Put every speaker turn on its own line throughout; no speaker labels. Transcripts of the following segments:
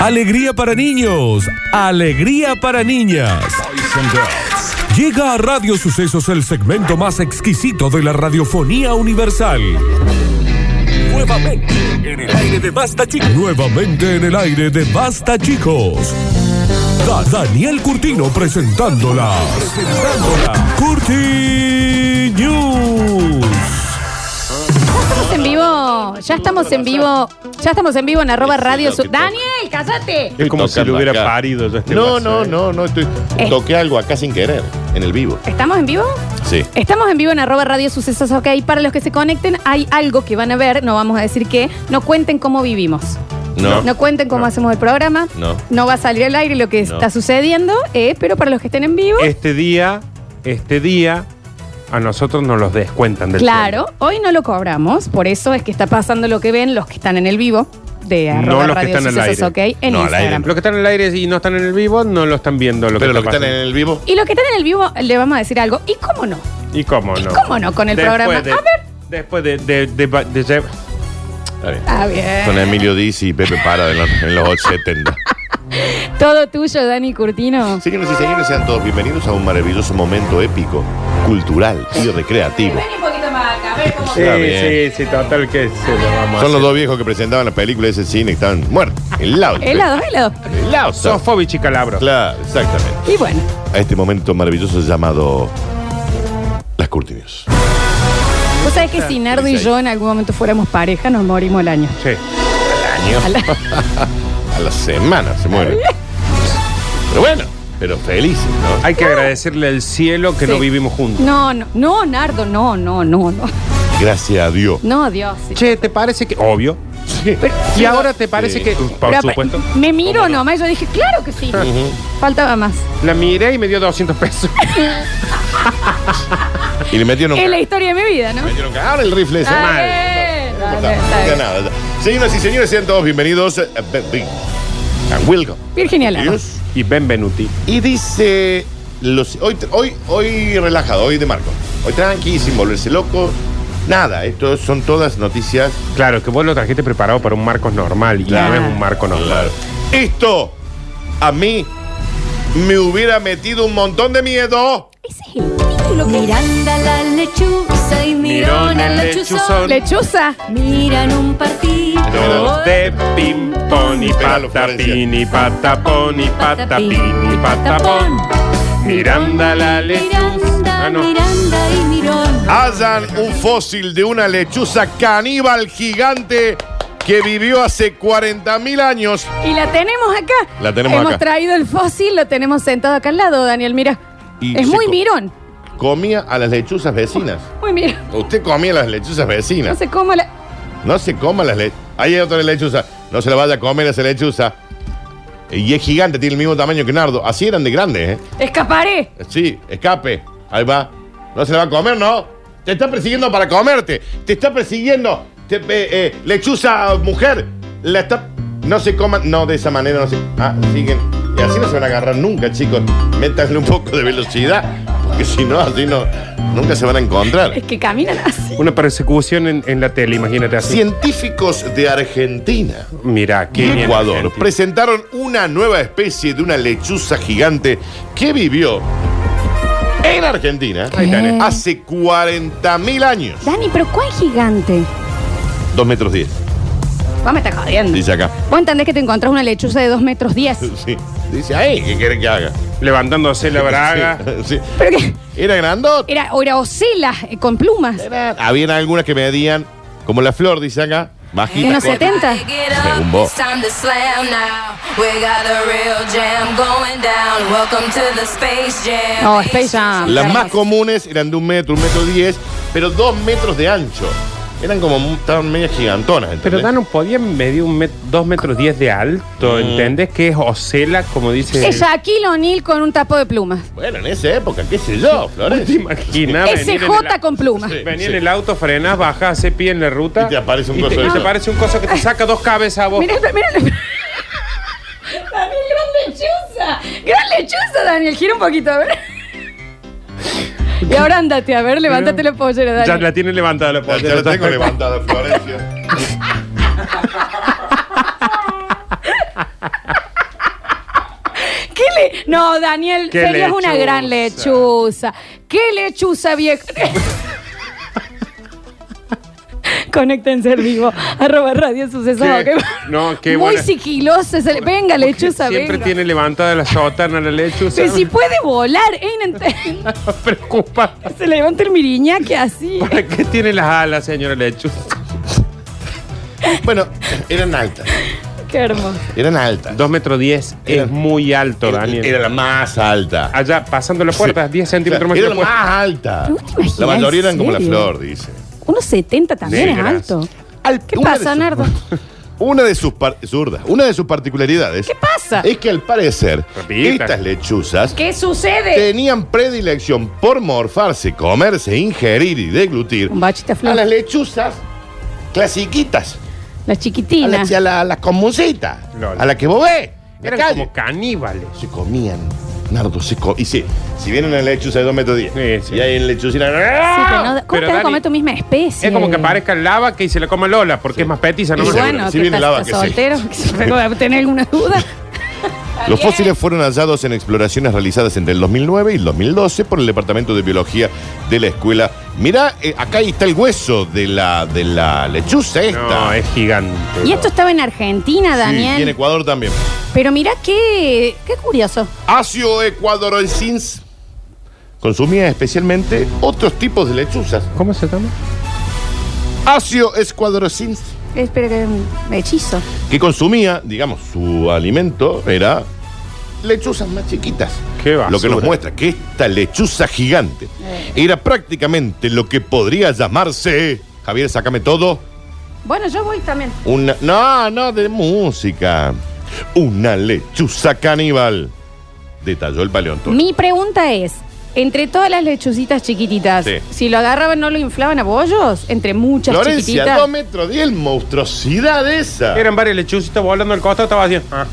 Alegría para niños, alegría para niñas. Llega a Radio Sucesos el segmento más exquisito de la radiofonía universal. Nuevamente en el aire de Basta Chicos. Nuevamente en el aire de Basta Chicos. Da- Daniel Curtino presentándola. Presentándola. Curti News.
Estamos en vivo, ya estamos en vivo, ya estamos en vivo en arroba radio. Su- Daniel, cállate.
Es como si
tocando
lo hubiera
acá.
parido ya este
No,
vaso,
no,
eh.
no, no. Estoy,
Eh.
toqué algo acá sin querer, en el vivo.
¿Estamos en vivo?
Sí.
Estamos en vivo en arroba radio sucesos, ok. Para los que se conecten, hay algo que van a ver, no vamos a decir qué. No cuenten cómo vivimos.
No.
No cuenten cómo hacemos el programa.
No.
No va a salir al aire lo que
No.
está sucediendo, eh, pero para los que estén en vivo,
Este día, este día, a nosotros nos los descuentan del
claro, hoy no lo cobramos, por eso es que está pasando lo que ven los que están en el vivo de
No
arroba
los que
radio
están al
sucesos, ok,
aire.
en
No, al aire.
Instagram.
sueldo. Los que están en el aire y no están en el vivo no lo están viendo. Lo
Pero
que
lo que
está
están en
pasando.
el vivo.
Y los que están en el vivo, le vamos a decir algo. ¿Y cómo no?
¿Y cómo no?
cómo no con el programa? A ver.
Después de, de, de, de- de-
Está bien.
Está bien.
Con Emilio Dizzi y Pepe Parada en los, en los 70.
Todo tuyo, Dani Curtino.
Señoras y señores, sean todos bienvenidos a un maravilloso momento épico, cultural y recreativo.
un poquito más acá, a ver cómo.
Está bien.
Sí, sí, sí, total que se lo
Son
vamos a
los
hacer.
dos viejos que presentaban la película de ese cine, estaban muertos, helados.
Helado, helado.
Helados.
Sofovich y Calabro.
Claro, exactamente.
Y bueno,
A este momento maravilloso llamado Las Curtinios.
vos sabés que si Nardo y
Ah, dice ahí.
yo en algún momento fuéramos pareja, nos morimos el año.
Sí.
A la semana se muere. Pero bueno, pero felices, ¿no?
Hay que agradecerle al cielo que
Sí.
no vivimos juntos.
No, no, no, Nardo, no, no, no, no.
Gracias a Dios.
No, Dios. sí.
Che, ¿te parece que...? Obvio.
Sí.
¿Y ahora te parece
Sí.
que...? Por
Pero,
supuesto.
Me miro nomás y yo dije, claro que sí. Faltaba más.
La miré y me dio 200 pesos.
Y le metieron,
Es la historia de mi vida, ¿no?
le metieron ahora el rifle ese.
Está
mal.
bien,
No
está
importa,
bien,
no
está
diga
bien.
nada. Señoras y señores, sean todos bienvenidos a Be- Be- and Welcome.
Virginia Lama.
Adiós.
Y Benvenuti.
Y dice los, hoy, hoy, hoy relajado, hoy de marco. Hoy tranqui, sin volverse loco. Nada, esto son todas noticias.
Claro, que vos lo trajiste preparado para un marco normal y
Claro.
no es un marco normal.
Esto a mí me hubiera metido un montón de miedo.
Ese es el título que
Miranda la lechuza y Mirona
Mirona
la
lechuzón.
lechuzón.
Lechuza.
Miran un partido.
Dos de ping pong y
Pégalo,
patapín y patapón y patapín y patapón.
patapón.
Miranda la lechuza.
Miranda,
Ah, no.
Miranda y Mirón.
Hallan un fósil de una lechuza caníbal gigante que vivió hace 40.000 años.
Y la tenemos acá.
La tenemos
Hemos
acá.
traído el fósil, lo tenemos sentado acá al lado, Daniel. Mira.
Y
es
se
muy
co-
mirón.
Comía a las lechuzas vecinas.
Muy mirón.
Usted comía las lechuzas
No
vecinas.
sé cómo la.
No se coma las lechuzas. Ahí hay otra lechuza. No se la vaya a comer esa lechuza. Y es gigante, tiene el mismo tamaño que Nardo. Así eran de grandes, ¿eh?
¡Escaparé!
Sí, escape. Ahí va. No se la va a comer, ¿no? Te está persiguiendo para comerte. Te está persiguiendo. Te- eh, eh, lechuza, mujer. La está... No se coman. No, de esa manera no se... Ah, siguen. Y así no se van a agarrar nunca, chicos. Métanle un poco de velocidad. Porque si no, así no... Nunca se van a encontrar.
Es que caminan así.
Una persecución en, en la tele, imagínate así.
Científicos de Argentina
Mira, qué
y
bien
Ecuador
Argentina.
presentaron una nueva especie de una lechuza gigante que vivió en Argentina
Ahí tenés.
hace 40.000 años.
Dani, pero ¿cuál gigante?
2 metros 10,
Vos me estás jodiendo.
dice acá.
Vos entendés que te encontrás una lechuza de 2 metros 10.
Sí. Dice, ay, ¿qué quiere que haga?
Levantándose la braga.
Sí.
Pero que
Era grandote.
era, o era oscila eh, con plumas.
Era- Habían algunas que medían, como la flor, dice acá, bajita.
Unos
corta.
70.
Según vos.
Time to slam now. We got a real jam going down. Welcome to the Space Jam.
Oh,
No, Space Jam.
Las
Claro.
más comunes eran de un metro, un metro 10, pero dos metros de ancho. Eran como, estaban medias gigantonas. ¿entendés?
Pero Dano, ¿podían medir un met- dos metros diez de alto? ¿Entendés que es ocela, como dice?
Es Shaquille O'Neal con un tapo de plumas.
Bueno, en esa época, qué sé yo, Flores.
¿Te imaginás venir en el
SJ
a-
con plumas.
Sí.
Venía en el auto, frenás, bajás, hace pie en la ruta.
Y te aparece un
y
coso
te,
de
y te
eso.
aparece un coso que te saca dos cabezas a vos.
Mira, mira. Daniel, gran lechuza. Gran lechuza, Daniel. Gira un poquito, a ver. Y ahora andate, a ver, levántate la pollera,
ya
Daniel.
la tiene levantada la
Ya,
pollera.
ya la tengo
Está-
levantada, Florencia.
No, Daniel,
Qué
serías una
lechuza.
gran lechuza. ¡Qué lechuza vieja! Conéctense en vivo. Arroba radio sucesos.
Qué-
ok.
no, qué
Muy
buena-
sigilosa. esa le- Venga, lechuza,
Siempre
venga.
tiene levantada la sótana, la lechuza.
Que si puede volar, ¿eh? Inent-
preocupa.
se levanta el miriñaque así.
¿Para qué tiene las alas, señora lechuza?
Bueno, eran altas.
Qué hermoso.
Eran altas.
Dos metros diez
Era-
es muy alto,
Era,
Daniel.
era la más alta.
Allá, pasando la puerta, 10 centímetros más que
Era
la
la
puerta.
más alta.
¿Tú te imaginas,
La mayoría eran
en
como la
serio?
flor, dice.
Unos 70 también es
Negras.
alto.
Al-
¿Qué
una de
pasa,
sus-
Nardo?
Una de sus par- zurda, una de sus particularidades.
¿Qué pasa?
Es que al parecer,
Repita.
estas lechuzas
¿Qué sucede?
tenían predilección por morfarse, comerse, ingerir y deglutir
Un bachita
a
flor.
las lechuzas clasiquitas,
La
a
chiquitina.
las, a la- a las comuncitas,
Lol.
a las que vos ves. en la
Eran
calle.
como caníbales.
se comían. Nardo, se co- Y sí, si viene una lechuza de 2 metros 10
Sí, sí.
y hay en lechucina. ¡ah!
Sí, pero no- ¿Cómo
Pero,
te vas a
Dani,
comer tu misma especie?
Es como que aparezca el lava que se la coma Lola, porque es más petiza,
Y
¿no?
Seguro,
bueno,
si
que
viene
estás,
lava,
estás
que sí.
soltero, que se pegó a tener alguna duda.
Los fósiles fueron hallados en exploraciones realizadas entre el 2009 y el 2012 por el Departamento de Biología de la escuela. Mirá, eh, acá ahí está el hueso de la, de la lechuza esta.
No, es gigante.
Y esto estaba en Argentina,
Sí, y en
Daniel.
Ecuador también.
Pero mira qué, qué curioso.
Asio ecuadorensis consumía especialmente otros tipos de lechuzas.
¿Cómo se llama?
Asio ecuadorensis,
Espera que me hechizo.
que consumía, digamos, su alimento era lechuzas más chiquitas.
Qué basura.
Lo que nos muestra que esta lechuza gigante
Eh.
era prácticamente lo que podría llamarse, Javier, sácame todo,
Bueno, yo voy también.
una... No, no, de música. Una lechuza caníbal, detalló el paleontólogo.
Mi pregunta es, entre todas las lechucitas chiquititas,
Sí.
si lo agarraban no lo inflaban a bollos, entre muchas
Florencia,
chiquititas.
2 metros 10, monstruosidad esa.
Eran varias lechuzitas volando al costado, estaba haciendo.
¡Ay,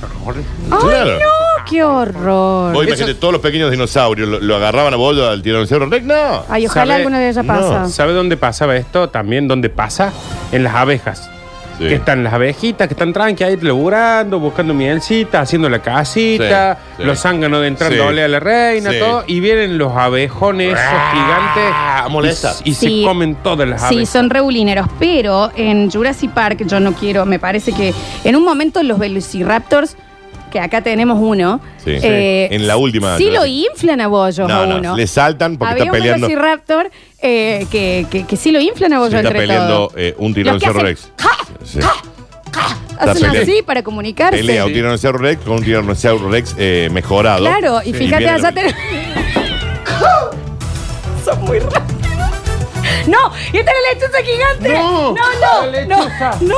Claro.
no! Oh, ¡Qué horror!
Vos imagínate, todos los pequeños dinosaurios lo, lo agarraban a bollo al tiranosaurio Rex. No.
Ay, ojalá
¿Sabe?
alguna de ellas
No,
pasa.
¿Sabe dónde pasaba esto? También dónde pasa en las abejas.
Sí.
Que están las abejitas, que están tranquilas ahí laburando, buscando mielcita, haciendo la casita,
Sí, sí.
los zánganos de entrar
Sí.
doble a la reina,
Sí. Ah,
todo. Y vienen los abejones esos gigantes
a molestar.
y, y
Sí.
se comen todas las
Sí,
abejas.
son regulineros, pero en Jurassic Park yo no quiero, me parece que en un momento los Velociraptors, que acá tenemos uno, eh,
Sí. Sí. En la última,
sí lo
Jurassic.
inflan a bollos
No,
a
no,
uno.
le saltan porque
Había
está peleando.
un Velociraptor eh, que, que, que sí lo inflan a bollos
está
entre
peleando
todos.
eh, un
Los que
tiranosaurio
hacen
Rex. Sí.
Hacen
pelea.
así para comunicarse.
Pelea un tiranosaurio Rex con un tiranosaurio Rex eh, mejorado.
Claro, y
Sí.
fíjate,
viene
allá
la-
tenemos. Son muy rápidos. ¡No! ¡Y esta es la lechuza gigante!
No,
¡No,
la
no! ¡No!
lechuza.
¡No!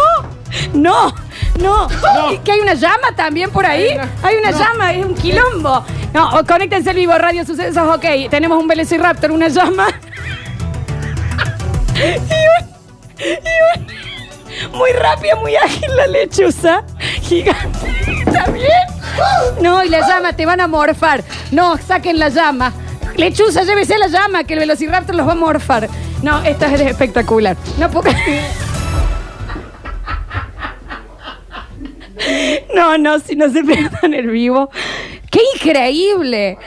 ¡No! ¡No! ¿Y que hay una llama también por ahí? Hay una llama, es un quilombo. No, o conéctense al vivo, Radio Sucesos, ok. Tenemos un Velociraptor, una llama. y un. Y un. Muy rápida, muy ágil la lechuza. Gigante. ¿También? No, y la llama, te van a morfar. No, saquen la llama. Lechuza, llévese la llama, que el Velociraptor los va a morfar. No, esto es espectacular. No, puedo creer. No, no, si no se pierdan el vivo. ¡Qué increíble!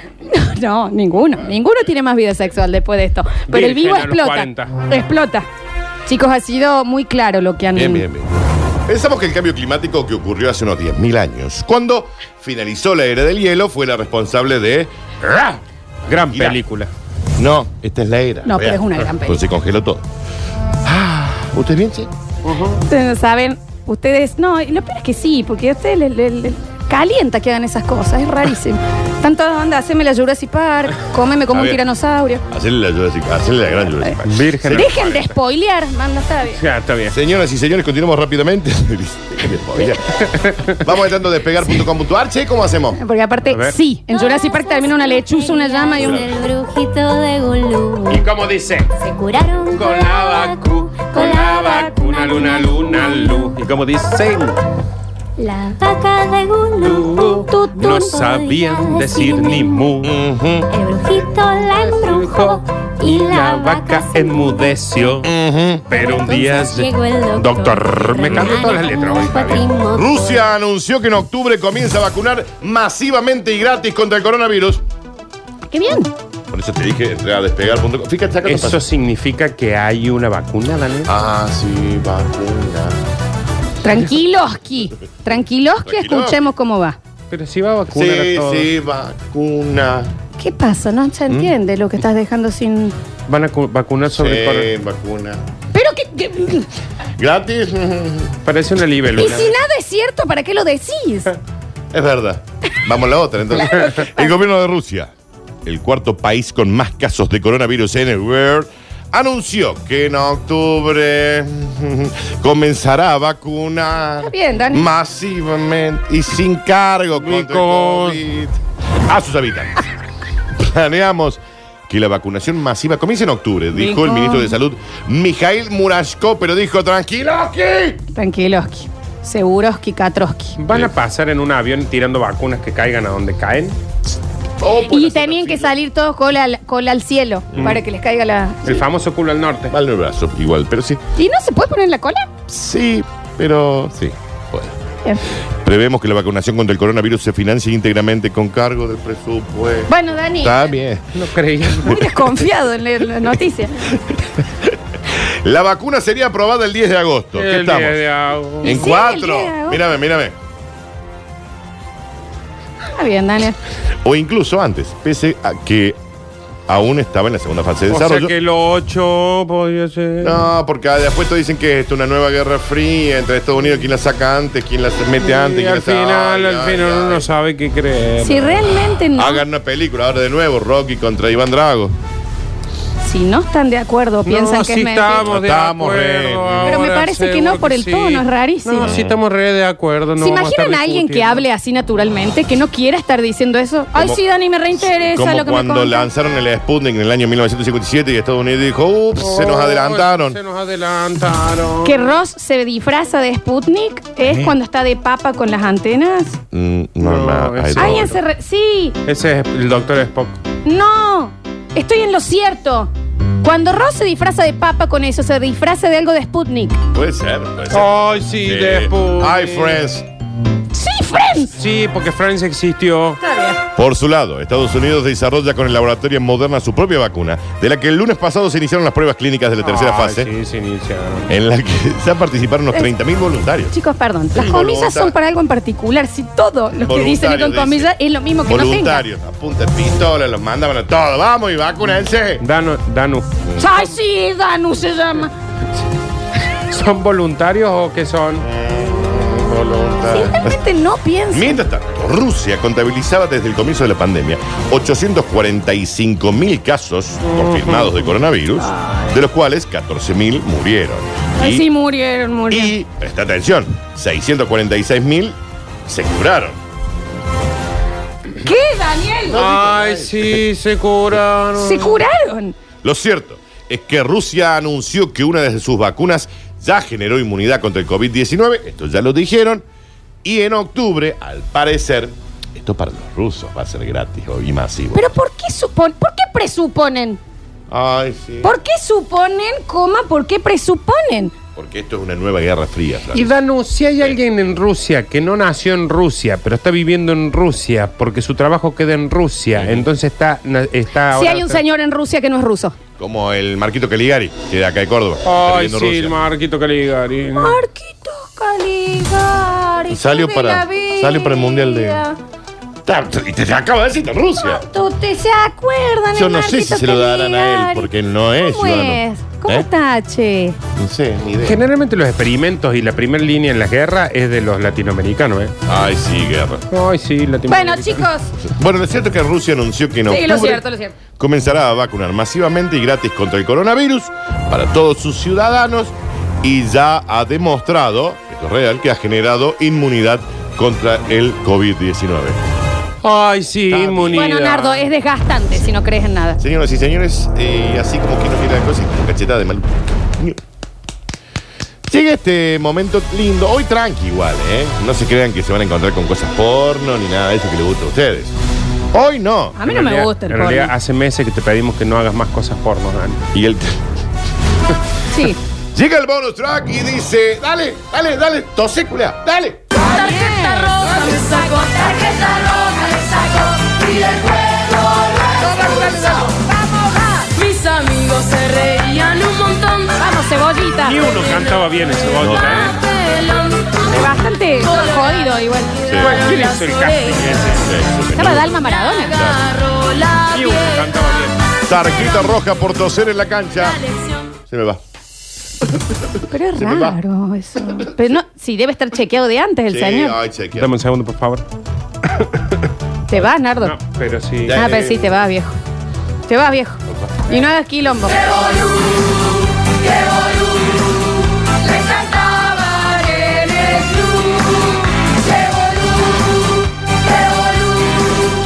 No, no, ninguno. Ninguno tiene más vida sexual después de esto. Pero el vivo
Virgen a los
explota.
40.
Explota. Chicos, ha sido muy claro lo que han
Bien, bien, bien. Pensamos que el cambio climático que ocurrió hace unos 10.000 años, cuando finalizó la era del hielo, fue la responsable de.
¡Ra! ¡Ah! Gran
Mirá.
película.
No, esta es la era.
No, pero es una gran
Entonces se congeló todo. Ah, ¿Usted bien, che?
Ustedes no saben, ustedes. No, y lo peor es que sí, porque a ustedes les, les- les calienta que hagan esas cosas, es rarísimo. Están todas onda, haceme la Jurassic Park, cómeme como
Está
un
bien.
tiranosaurio.
Hacerle la Jurassic- hacerle la gran Jurassic Park.
Virgen.
Sí.
Dejen de spoilear, manda, está bien.
Ya, está bien.
Señoras y señores, continuamos rápidamente. Vamos entrando a despegar.com.ar. Che, ¿cómo hacemos?
Porque aparte,
A ver.
sí, en Jurassic Park termina una lechuza, una llama y un.
El brujito de Gulú.
Y como dice,
Se curaron
con la vacu, con la vacuna, luna, luna, luz. Y como dicen,
La vaca de Gulú.
tú, no sabían decir ni mu.
El brujito la embrujó y
y la vaca enmudeció. Pero un día
Llegó el doctor.
Doctor, me cambio todas las letras hoy, Javier.
Rusia anunció que en octubre comienza a vacunar masivamente y gratis contra el coronavirus.
¡Qué bien!
Por eso te dije a despegar.com. Fíjate acá. no
eso
pasa.
significa que hay una vacuna, Daniel.
Ah, sí, vacuna.
Tranquiloski. Tranquiloski,
Tranquiloski.
escuchemos cómo va.
Pero si va a vacunar
Sí,
a todos.
sí, vacuna.
¿Qué pasa? No se
Mm.
entiende lo que estás dejando sin.
Van a cu- vacunar sobre el
Sí,
coronavirus.
vacuna.
Pero que. que-
Gratis.
Parece una libélula.
y si nada es cierto, ¿para qué lo decís?
Es verdad. Vamos a la otra, entonces. el gobierno de Rusia, el cuarto país con más casos de coronavirus en el world, anunció que en octubre comenzará a vacunar
Está bien, Dani.
masivamente y sin cargo contra el
Chicos.
COVID a sus habitantes. Planeamos que la vacunación masiva comience en octubre, dijo el ministro de Salud, Mikhail Murashko, pero dijo, tranquilo, aquí.
Tranquiloski. Seguroski, Katroski.
Van a pasar en un avión tirando vacunas que caigan a donde caen.
Oh, puede
Y
hacer
tenían que
fila.
salir todos cola al, cola al cielo
Mm.
para que les caiga la.
El famoso culo al norte.
Mal en el brazo, igual, pero sí.
¿Y no se puede poner la cola?
Sí, pero sí. Bueno.
Bien.
Prevemos que la vacunación contra el coronavirus se financie íntegramente con cargo del presupuesto.
Bueno, Dani.
Está bien.
No creía.
Muy desconfiado en la- en la noticia.
La vacuna sería aprobada el 10 de agosto. ¿Qué
El día
estamos?
de agosto.
En
Sí,
cuatro.
el 10 de agosto.
Mírame, mírame.
Está bien, Daniel.
O incluso antes, pese a que aún estaba en la segunda fase de
O sea
desarrollo.
que los ocho podía ser.
No, porque después todos dicen que es esto, una nueva guerra fría entre Estados Unidos, quién la saca antes, quién la mete antes,
Y
quién la
al
saca-
final,
Ay,
al
ay,
final
ay.
uno no sabe qué creer.
Si realmente no.
Hagan una película ahora de nuevo, Rocky contra Iván Drago.
Si no están de acuerdo, piensan
Ah. no,
que
sí
es mentira.
estamos de
Estamos re-
acuerdo.
Pero me
ahora
parece que
seguro
no por el
sí.
tono, es rarísimo.
No, sí estamos re de acuerdo. No
¿Se
vamos
imaginan
estar
a alguien que
discutiendo.
hable así naturalmente, que no quiera estar diciendo eso? Ay,
Como-
sí, Dani, me reinteresa
Como
lo que me
cuando
contan.
lanzaron el Sputnik en el año 1957 y Estados Unidos dijo, ups, se nos
Oh,
adelantaron.
Se nos adelantaron.
Que Ross se disfraza de Sputnik es cuando está de papa con las antenas.
Mm, no,
No,
ma-
eso-
I
Alguien
don't
se re- Sí,
Ese es el doctor Spock.
no, estoy en lo cierto. Cuando Ross se disfraza de papa con eso, se disfraza de algo de Sputnik.
know. Puede ser, puede ser.
Ay, sí,
Sí.
después.
Ay, Friends.
¡Sí, Friends!
Sí, porque Friends existió.
Está bien.
Por su lado, Estados Unidos desarrolla con el laboratorio Moderna su propia vacuna, de la que el lunes pasado se iniciaron las pruebas clínicas de la tercera
Ay,
fase,
Sí, se iniciaron.
en la que ya participaron unos 30.000 voluntarios.
Chicos, perdón, las
Sí,
comillas son
voluntario.
para algo en particular. Si todo lo que dicen
Voluntario,
con comillas
dice.
es lo mismo que
Voluntarios, apunta el pistola, los mandaban a todos. Vamos y vacúnense.
Danu, Danu,
no tengan. ¡Ay, sí, Danu se llama!
¿son voluntarios o qué son?
Voluntarios.
Realmente no piensa.
Mientras tanto, Rusia contabilizaba desde el comienzo de la pandemia 845 mil casos confirmados de coronavirus, de los cuales 14 mil murieron.
Ay,
Y-
sí, murieron, murieron.
Y, presta atención, 646 mil se curaron.
¿Qué, Daniel?
Ay, sí, se curaron.
Se curaron.
Lo cierto es que Rusia anunció que una de sus vacunas ya generó inmunidad contra el COVID-19, esto ya lo dijeron, y en octubre, al parecer, esto para los rusos va a ser gratis y masivo.
Pero ¿por qué supon ¿Por qué presuponen?
Ay, sí.
¿Por qué suponen, coma, por qué presuponen?
Porque esto es una nueva guerra fría, Fran.
Y Danu, si hay alguien en Rusia que no nació en Rusia, pero está viviendo en Rusia porque su trabajo queda en Rusia, entonces está, na- está
si
ahora-
hay un señor en Rusia que no es ruso.
Como el Marquito Caligari, que de acá de Córdoba. está
Ay,
viviendo
sí,
en Rusia.
el Marquito Caligari.
Marquito Caligari.
Salió
de
para-
la vida.
salió para el Mundial de- Está- Y te te acaba de decir en Rusia.
¿Tú te se acuerdan?
Yo
el
no sé
Marquito
si se lo darán a él,
Caligari?
porque no es
¿Cómo
ciudadano.
es? ¿Cómo
¿Eh?
está, che?
No sé, ni idea.
Generalmente los experimentos y la primera línea en las guerras es de los latinoamericanos, ¿eh?
Ay, sí, guerra.
Ay, sí,
Bueno,
latinoamericanos.
chicos.
Bueno, lo cierto es que Rusia anunció que en
Sí,
octubre
lo cierto, lo cierto.
comenzará a vacunar masivamente y gratis contra el coronavirus para todos sus ciudadanos y ya ha demostrado, esto es real, que ha generado inmunidad contra el COVID-19.
Ay, sí,
Está bien.
inmunidad.
Bueno, Nardo, es desgastante si no crees en nada.
Señoras y señores, eh, así como que no quiere la cosa y como cachetada de mal. Llega este momento lindo, hoy tranqui igual, ¿eh? No se crean que se van a encontrar con cosas porno ni nada de eso que les gusta a ustedes. Hoy no.
A mí no
En
me
realidad-
gusta el
En realidad
porno.
hace meses que te pedimos que no hagas más cosas porno, Dani.
Y el.
Sí.
Llega el bonus track y dice: Dale, dale, dale, tosécula, dale.
Tarjeta roja me sacó, tarjeta roja le sacó y del juego lo expulsó. Mis amigos se reían un montón.
Vamos, cebollita.
Ni uno cantaba bien ese bote, ¿eh?
Ah, Es bastante jodido igual.
Bueno, ¿Quién hizo el casting ese?
Estaba Dalma Maradona.
Agarró la
Ni uno cantaba
vieja.
bien.
Tarjeta roja por toser en la cancha. Se me va.
Pero es
Se me va.
raro eso. Pero no, sí, debe estar chequeado de antes el
Sí,
señor.
ay, chequea.
Dame un segundo, por favor.
ah,
Te vas, Nardo.
No, pero sí.
Ya.
Ah, pero sí, te vas, viejo. Te vas, viejo. Y no hagas quilombo.
Le cantaban en el club. ¡Qué bolú!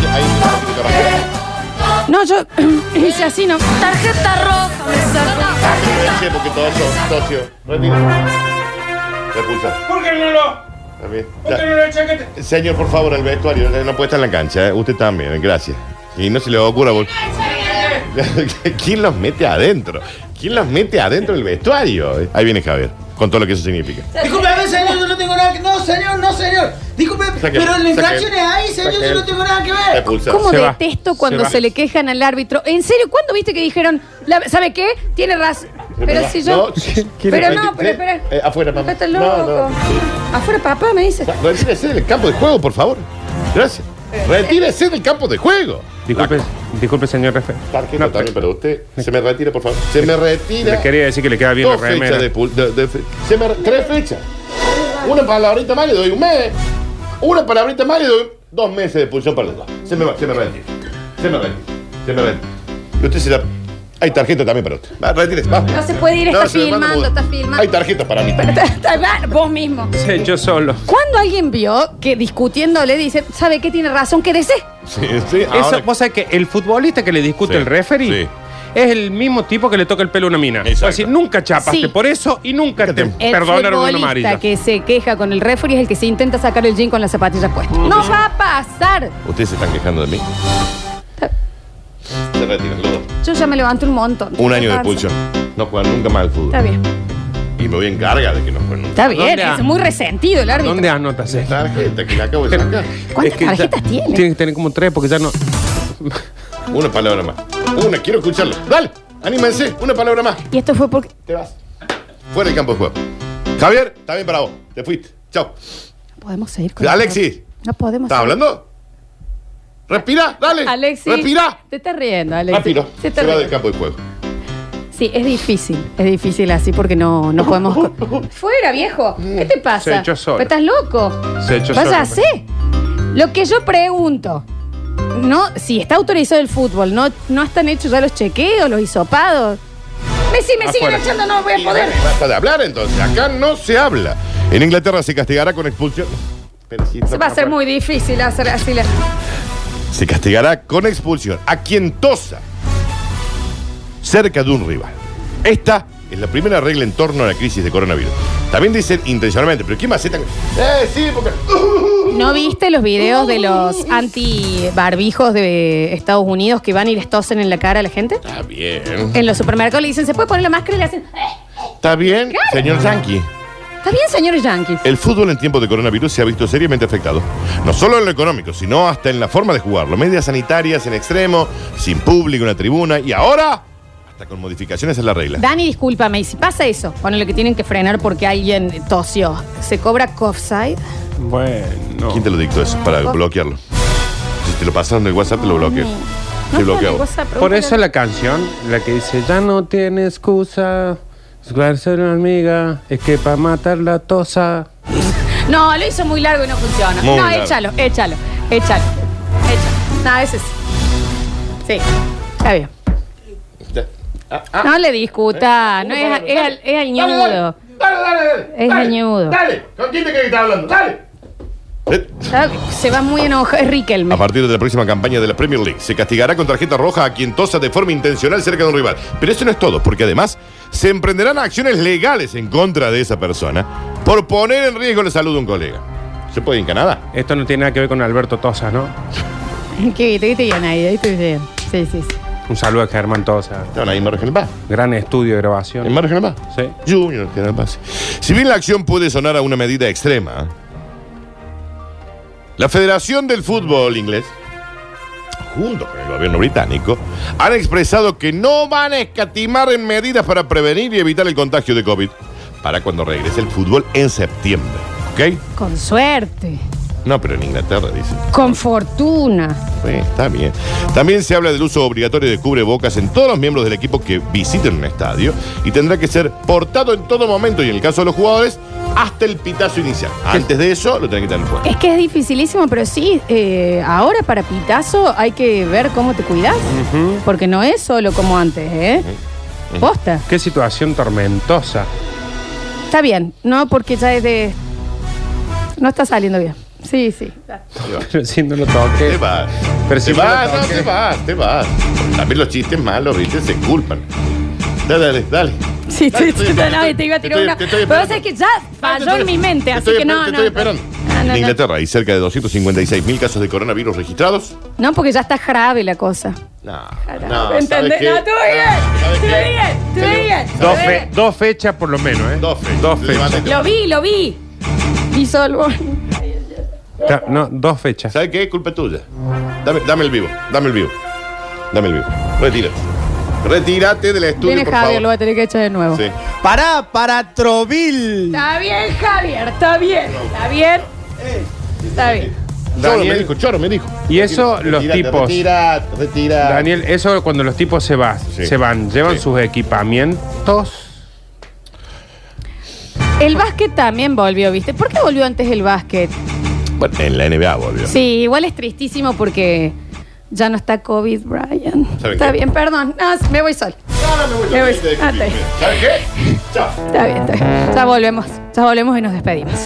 ¡Qué bolú!
Ahí está.
No, yo hice así, ¿no?
Tarjeta roja me sacó, tarjeta
Sí, porque todos son socios. Retira. Repulsa.
¿Por qué no lo,
También.
por qué no lo echaste?
Señor, por favor, el vestuario eh, no puede estar en la cancha. eh. Usted también, gracias. Y no se le ocurra. vol- ¿Quién los mete adentro? ¿Quién los mete adentro del vestuario? eh? Ahí viene Javier, con todo lo que eso significa.
Disculpe, a ver, señor, yo no tengo nada que No, señor, no, señor. Disculpe,
Saque,
pero la infracción
saque.
es ahí, señor,
Saque.
yo no tengo nada que ver.
Repulsa.
¿Cómo
Se va,
detesto
se
cuando
va.
se, le quejan al árbitro? ¿En serio? ¿Cuándo viste que dijeron, la- ¿sabe qué? Tiene razón. Pero
va.
si yo.
No, ¿quién- quién
pero
es?
no, pero espera.
Eh, afuera, mamá.
Acá está el
No,
loco.
no.
Afuera, papá, me dice.
Retírese del campo de juego, por favor. Gracias.
Eh.
Retírese del campo de juego.
Disculpe,
La
disculpe, señor refe.
tarjeta
No,
también para usted. Se me retira, por favor. Se me retira.
Le quería decir que le queda bien la
Dos
remera.
fechas de, pul- de- de fe- se me- Tres fechas. Una palabrita más le doy un mes. Una palabrita más le doy dos meses de pulsión para los dos. Se me va, se me retira. Se me retira. Se me retira. Y usted se la. Hay tarjeta también para usted. Va, retírese, va.
No se puede ir,
No,
está
se me manda
filmando,
como-
está filmando.
Hay tarjeta para mí también.
Está mal, Vos mismo.
Sí, yo solo.
¿Cuándo alguien vio que discutiendo le dicen, ¿sabe qué tiene razón? que desee?
Sí, sí,
Eso,
ahora-
vos sabés que el futbolista que le discute
Sí,
el referee
sí.
es el mismo tipo que le toca el pelo a una mina.
Exacto.
O sea, nunca chapaste
Sí.
por eso y nunca te
El
perdonaron una
futbolista
amarilla.
que se queja con el referee es el que se intenta sacar el jean con las zapatillas puestas. No va a pasar.
Ustedes se están quejando de mí. Se retiran los dos.
Yo ya me levanto un montón.
Un año de
Cansa.
pulsión. No juegan nunca más al fútbol.
Está bien.
Y me voy a encargar de que no jueguen nunca.
Está bien,
¿Dónde
es
anda?
muy resentido el árbitro.
¿Dónde anotas eso?
Tarjeta que le acabo de sacar.
¿Cuántas
ya-
tarjetas tiene?
Tiene que tener como tres porque ya no.
Una palabra más. Una, quiero escucharlo. Dale, anímense. Una palabra más.
Y esto fue porque.
Te vas. Fuera del campo de juego. Javier, también para vos. Te fuiste. Chao.
No podemos seguir con
Alexis.
No podemos.
¿Estás hablando? Respira, dale.
Alexis.
Respira.
Te estás riendo, Alexis.
Respiro.
Se
Se,
está
va
riendo.
del campo de juego.
Sí, es difícil. Es difícil así porque no, no podemos. con- Fuera, viejo. ¿Qué te
Se
pasa?
echó solo.
Pero ¿Estás loco?
Se echó
Vas
solo.
a hacer. Lo que yo pregunto. No, si está autorizado el fútbol, no, no están hechos ya los chequeos, los hisopados. Me, si me siguen
Afuera.
echando, no voy a poder.
Basta de hablar entonces. Acá no se habla. En Inglaterra se castigará con expulsión. Pero sí,
Se
no,
va a
no,
ser
no.
muy difícil hacer así. la-
Se castigará con expulsión a quien tosa cerca de un rival. Esta es la primera regla en torno a la crisis de coronavirus. También dicen intencionalmente, pero ¿quién más hace tan- Eh, sí, porque...
¿No viste los videos de los anti-barbijos de Estados Unidos que van y les tosen en la cara a la gente?
Está bien.
En los supermercados le dicen, ¿se puede poner la máscara? Y le hacen, "Eh".
Está bien, señor Yankee.
¿está bien, señores yankees?
El fútbol en tiempos de coronavirus se ha visto seriamente afectado. No solo en lo económico, sino hasta en la forma de jugarlo. Medidas sanitarias en extremo, sin público, una tribuna y ahora hasta con modificaciones en la regla.
Dani, discúlpame, y si pasa eso, bueno, lo que tienen que frenar porque alguien tosió, ¿se cobra offside?
Bueno.
¿Quién te lo dictó eso? Para bloquearlo. Si te lo pasaron del WhatsApp, te lo bloqueo. Te bloqueo.
Por eso la canción, la que dice, ya no tiene excusa, es una amiga, es que para matar la tosa.
No, lo hizo muy largo y no funciona.
Muy
no,
largo.
échalo, échalo, échalo, échalo. No, ese sí. Sí, está bien.
ah,
No le discuta, no es, es, al- es al ñudo.
Eh, Dale, dale, dale.
Es
Dale,
añudo.
Dale, ¿con quién te crees que estás hablando? Dale. Eh,
Ah, Se va muy enojado. Es Riquelme.
A partir de la próxima campaña de la Premier League, se castigará con tarjeta roja a quien tosa de forma intencional cerca de un rival. Pero eso no es todo, porque además se emprenderán acciones legales en contra de esa persona por poner en riesgo la salud de un colega. ¿Se puede en Canadá?
Esto no tiene nada que ver con Alberto Tosas, ¿no?
Qué te viste bien ahí, ahí estoy bien. Sí, sí, sí.
Un saludo a Germán Tosa.
No, ahí Mario General Paz.
Gran estudio de
En
grabación.
Mario General Paz.
Sí.
Junior General Paz. Si bien la acción puede sonar a una medida extrema, la Federación del Fútbol Inglés, junto con el gobierno británico, han expresado que no van a escatimar en medidas para prevenir y evitar el contagio de COVID para cuando regrese el fútbol en septiembre. ¿Ok?
Con suerte,
No, pero en Inglaterra dicen.
con fortuna.
Sí, está bien. También se habla del uso obligatorio de cubrebocas en todos los miembros del equipo que visiten un estadio y tendrá que ser portado en todo momento y en el caso de los jugadores hasta el pitazo inicial. Antes de eso lo tienen que tener puesto.
Es que es dificilísimo, pero sí, eh, ahora para pitazo hay que ver cómo te cuidas. Porque no es solo como antes, ¿eh? Posta.
Qué situación tormentosa.
Está bien, ¿no? Porque ya es de. No está saliendo bien. Sí, sí.
Pero si no lo
Te
toqué.
vas.
Pero si
te
yo lo
vas, no,
toqué.
te vas, te vas. También los chistes malos, ¿viste? Se culpan. Dale, dale, dale.
Sí,
Dale,
sí,
estoy
sí, no,
esperando,
no, te iba a tirar
estoy-
una.
te estoy
Pero vos sabés
esperando.
que ya
Te
falló
estoy-
en mi mente,
te
así
estoy
que
esper-
no,
te
no.
estoy esperando.
No, no,
en
no.
Inglaterra hay cerca de 256.000 casos de coronavirus registrados.
No, porque ya está grave la cosa.
No, Ah,
¿Entendés? No, estuvo bien.
¿Sabes
Estuvo
qué?
bien, estuvo
Señor,
bien. estuvo
Dos,
bien.
fe- dos fechas por lo menos, ¿eh?
Dos fechas.
Dos
Levántate.
fechas.
Lo vi, lo vi. Vi solo.
Ta- No, dos fechas.
¿Sabes qué? Culpa tuya. Dame, dame el vivo, dame el vivo. Dame el vivo. Retírate. Retírate del estudio,
Viene
por
Javier, lo va
favor.
a tener que echar de nuevo.
Sí.
Pará, para Trovil.
Está bien, Javier, está bien. Está bien. Está bien.
Choro
Daniel.
me dijo, Choro me dijo.
Y eso,
Retírate,
los tipos.
Retírate, retírate.
Daniel, eso cuando los tipos se, va,
Sí.
se van, llevan
Sí.
sus equipamientos.
El básquet también volvió, ¿viste? ¿Por qué volvió antes el básquet?
Bueno, en la NBA volvió.
Sí, igual es tristísimo porque ya no está COVID, Brian.
¿Saben
Está
qué?
bien, perdón. No, me voy sol.
Ahora me voy.
Me voy.
Retírate.
Ah, está bien.
¿Sabes qué? Chao.
Está bien, está bien. Ya volvemos. Ya volvemos y nos despedimos.